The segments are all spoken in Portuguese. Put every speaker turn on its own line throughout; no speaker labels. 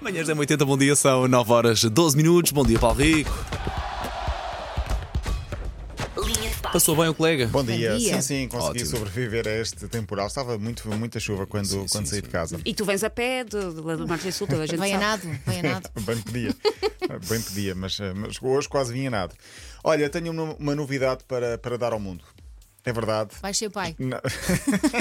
Manhãs da 80, bom dia, são 9 horas 12 minutos. Bom dia, Paulo Rico.
Linha de passe.
Passou bem o colega?
Bom dia.
dia.
Sim, sim, consegui
Ótimo.
sobreviver a este temporal. Estava muito, muita chuva quando,
Sim,
quando
sim,
saí
sim.
de casa.
E tu vens a pé do, do, do Norte e Sul, toda a gente
Vai a
sabe.
nado, vai a nado.
Bem podia, bem podia, mas, eh, mas hoje quase vinha nada. Olha, tenho uma- uma novidade para, para dar ao mundo. É verdade.
Vai ser pai.
Na-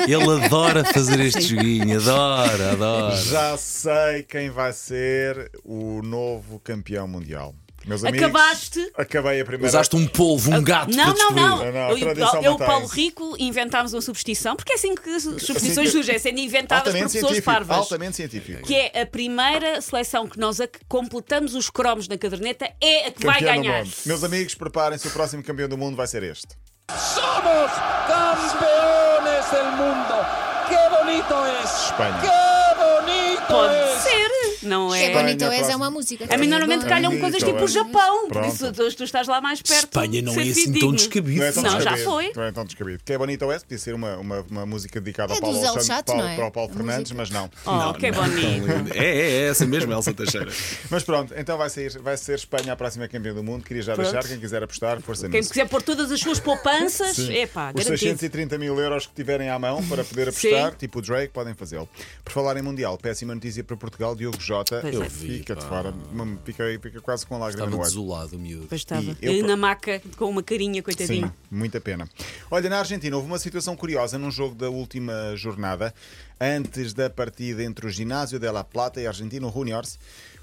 Ele adora fazer este joguinho, adora, adora.
Já sei quem vai ser o novo campeão mundial. Meus amigos,
Acabaste.
acabei a primeira.
Usaste um polvo, um gato para
Não, não, não.
destruir.
Não, não, a
Eu e o
tradição
Paulo- eu e o
mantém-se.
Paulo Rico inventámos uma superstição, porque é assim que as
Assim que-
superstições surgem, é sendo inventadas por
altamente
pessoas
científico.
parvas.
Altamente científico.
Que é a primeira seleção que nós a que completamos os cromos na caderneta, é a que vai
Campeão do
ganhar.
mundo. Meus amigos, preparem-se, o próximo campeão do mundo vai ser este.
Somos campeones del mundo. Qué bonito es.
España.
Qué bonito
Pode
es.
ser, não
É
é?
Espanha,
bonito, és é
próximo.
uma música.
A mim normalmente
Bom.
calham
Bonito,
coisas tipo
é.
o Japão, por
Pronto.
isso tu, tu estás lá mais perto.
Espanha não é
ser
assim tão
fidedigno.
descabido.
Não é tão
Não, já
descabido.
foi.
Não é tão descabido. Que é bonito é podia ser uma, uma, uma música dedicada
É
ao Paulo
dos El
Alexandre,
Chato,
Paulo,
não é?
para o Paulo
A
Fernandes,
música.
mas não.
Oh, que bonito.
É, é, é essa mesmo, Elsa Teixeira.
Mas pronto, então vai, sair, vai ser Espanha a próxima campeã do mundo. Queria já
Pronto.
deixar, quem quiser apostar, força
Quem
nisso.
quiser pôr todas as suas poupanças,
Sim.
é pá,
Os
garantido.
630 mil euros que tiverem à mão para poder
Sim.
apostar, tipo o Drake, podem fazê-lo. Por falar em Mundial, péssima notícia para Portugal, Diogo Jota.
Pois
eu
é.
fica de fora, me- fiquei, fiquei quase com lágrima
Estava
no olho.
desolado o miúdo.
Pois estava.
E eu
E
pro-
na maca, com uma carinha,
Sim,
coitadinho.
muita pena. Olha, na Argentina houve uma situação curiosa num jogo da última jornada, antes da partida entre o Ginásio de La Plata e Argentino Juniors.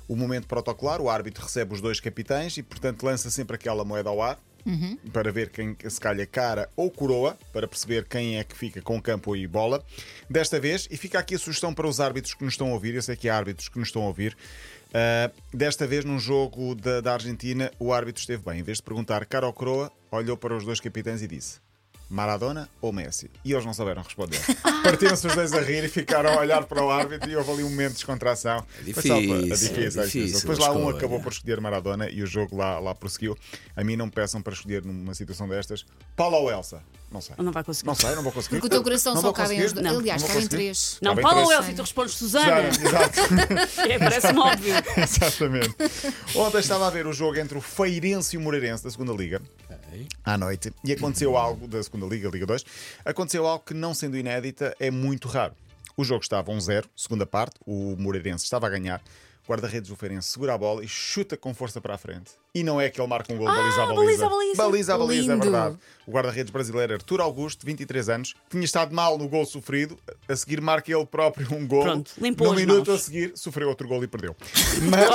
O momento protocolar, o árbitro recebe os dois capitães e, portanto, lança sempre aquela moeda ao ar para ver quem se calha cara ou coroa, para perceber quem é que fica com campo e bola. Desta vez, e fica aqui a sugestão para os árbitros que nos estão a ouvir, eu sei que há árbitros que nos estão a ouvir. Uh, desta vez, num jogo da, da Argentina, o árbitro esteve bem. Em vez de perguntar cara ou coroa, olhou para os dois capitães e disse: Maradona ou Messi? E eles não souberam responder.
Ah.
Partiram-se os dois a rir e ficaram a olhar para o árbitro e houve ali um momento de descontração.
É
Foi só para-
difícil,
é difícil,
é
às vezes.
difícil
Depois lá um
escolha.
acabou por escolher Maradona e o jogo lá, lá prosseguiu. A mim não me peçam para escolher numa situação destas Paulo ou Elsa. Não sei.
Não vai conseguir.
Não sei, não vou conseguir.
Porque o teu coração
Não
só
vou
cabem
conseguir.
os dois.
Não,
Aliás,
não vou
cabem
conseguir.
três.
Não,
Bem,
Paulo ou
parece-
Elsa, tu respondes
Já,
Susana.
exato.
É, Parece-me óbvio.
Exatamente. Ontem estava a ver o jogo entre o Feirense e o Moreirense da segunda Liga. À noite. E aconteceu algo da segunda Liga, Liga 2. Aconteceu algo que, não sendo inédita, é muito raro. O jogo estava 1-0, segunda parte. O Moreirense estava a ganhar. O Guarda-redes do Feirense segura a bola e chuta com força para a frente. E não é que ele marca um gol baliza a baliza.
Ah, baliza a baliza.
Baliza a baliza, é
Lindo.
verdade. O guarda-redes brasileiro Artur Augusto, 23 anos, tinha estado mal no gol sofrido. A seguir marca ele próprio um gol.
Pronto, limpou
No
as
minuto
mãos.
a seguir, sofreu outro gol e perdeu. Mas,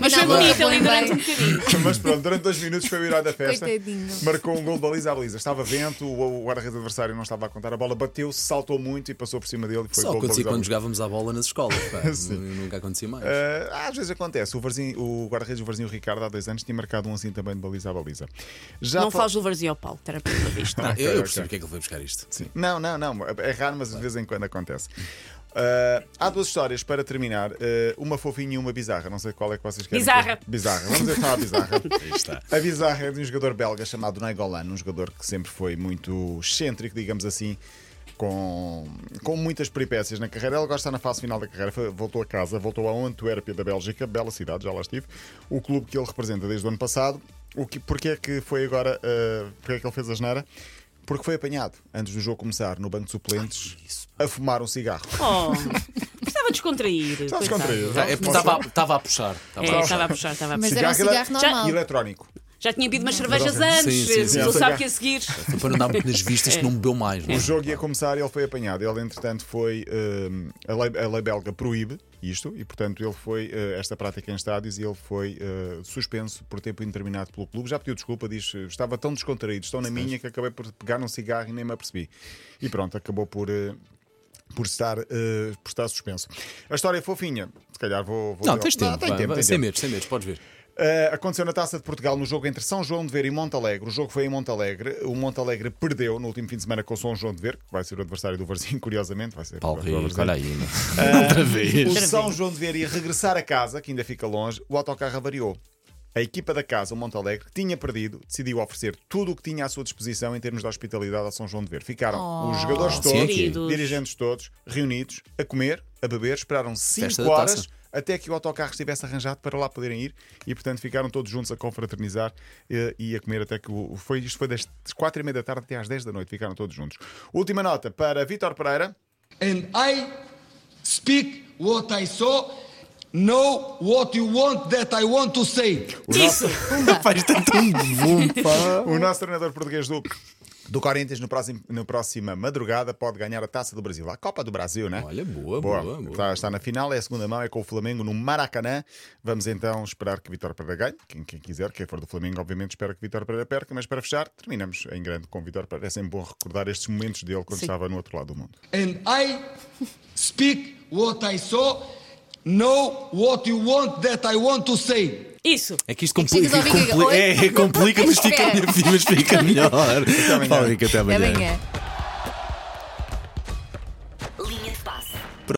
Mas foi bonito ali durante um bocadinho.
mas pronto, durante dois minutos foi o herói da festa.
Coitadinho.
Marcou um gol de baliza a baliza. Estava vento, o o guarda-redes adversário não estava a contar a bola, bateu, saltou muito e passou por cima dele. e Foi
Só
gol de
acontecia
baliza a
quando
baliza.
jogávamos à bola nas escolas. pá.
Sim.
Nunca acontecia mais.
Ah, às vezes acontece. O, Varzinho- o guarda-redes do Varzinho Ricardo, há dois anos, tinha marcado um assim também de baliza a baliza. Já
Não
fa-
fales do Varzio ao Paulo, era para ter visto.
Ah, eu,
ok,
eu percebo porque é que ele foi buscar isto.
Sim. Não, não, não. É raro, mas de vez em quando acontece. Ah, há duas histórias para terminar. Ah, uma fofinha e uma bizarra. Não sei qual é que vocês querem.
Bizarra.
Bizarra. Vamos dizer só a bizarra.
Aí está.
A bizarra é de um jogador belga chamado Naigolan, um jogador que sempre foi muito excêntrico, digamos assim, com, com muitas peripécias na carreira. Ele agora está na fase final da carreira, foi- voltou a casa, voltou à Antuérpia da Bélgica, bela cidade, já lá estive, o clube que ele representa desde o ano passado. O que, porque é que foi agora, ah, porque é que ele fez a geneira? Porque foi apanhado, antes do jogo começar, no banco de suplentes, a fumar um cigarro.
Oh, precisava descontrair.
Está
coitado.
descontraído.
Tá, é porque Estava a- estava a puxar. estava a
É, estava a puxar, estava a
Mas
puxar.
era um
Cigarro ele-
cigarro normal.
Eletrónico.
Já tinha bebido umas cervejas antes,
Sim, sim, sim.
tu sabe que a seguir.
Foi para não dar muito nas vistas que não bebeu mais. não é?
O jogo ia começar e ele foi apanhado. Ele, entretanto, foi. hum, a, lei, a lei belga proíbe isto e, portanto, ele foi. eh, esta prática em estádios e ele foi eh, suspenso por tempo indeterminado pelo clube. Já pediu desculpa, diz: estava tão descontraído, estão na minha, que acabei por pegar num cigarro e nem me apercebi. E pronto, acabou por. eh, por estar, eh, por estar suspenso. A história é fofinha. Se calhar vou. vou
Não, tens tempo.
tem
vá,
tempo,
vá,
tem
sem
tempo.
medos, sem medos, podes ver.
Uh, aconteceu na Taça de Portugal no jogo entre São João de Ver e Montalegre. O jogo foi em Montalegre. O Montalegre perdeu no último fim de semana com o São João de Ver, que vai ser o adversário do Varzinho, curiosamente. Vai ser
Paulo
vai ser o
Rico,
Varzim.
olha aí. meu. Outra vez.
O São João de Ver ia regressar a casa, que ainda fica longe. O autocarro avariou. A equipa da casa, o Montalegre, que tinha perdido, decidiu oferecer tudo o que tinha à sua disposição em termos de hospitalidade ao São João de Ver. Ficaram os jogadores
Oh, sim,
todos,
queridos.
dirigentes todos, reunidos, a comer, a beber, esperaram
Festa
5
da
horas
taça.
até que o autocarro estivesse arranjado para lá poderem ir e, portanto, ficaram todos juntos a confraternizar eh, e a comer até que o, foi, isto foi das 4 e meia da tarde até às 10 da noite, ficaram todos juntos. Última nota para Vítor Pereira.
and I speak what I saw, know what you want that I want to say.
Isso!
Faz tanto um boom, pá.
O nosso treinador português do. Do Corinthians, no próximo, na próxima madrugada, pode ganhar a Taça do Brasil. A Copa do Brasil, né?
Olha, boa,
Boa,
boa, boa.
Está, está na final, é a segunda mão, é com o Flamengo no Maracanã. Vamos então esperar que Vitória Pereira ganhe. Quem, quem quiser, quem for do Flamengo, obviamente, espera que Vitória Pereira perca. Mas para fechar, terminamos em grande com Vitória Pereira. É sempre bom recordar estes momentos dele quando estava no outro lado do mundo.
And I speak what I saw, know what you want that I want to say.
Isso!
É que isto
É que se
complica,
quiser ouvir,
compli-
oi?
é, é complica mas, fica,
Espera.
mas fica melhor.
amanhã.
Paulo Rico, até
Até
amanhã.
amanhã.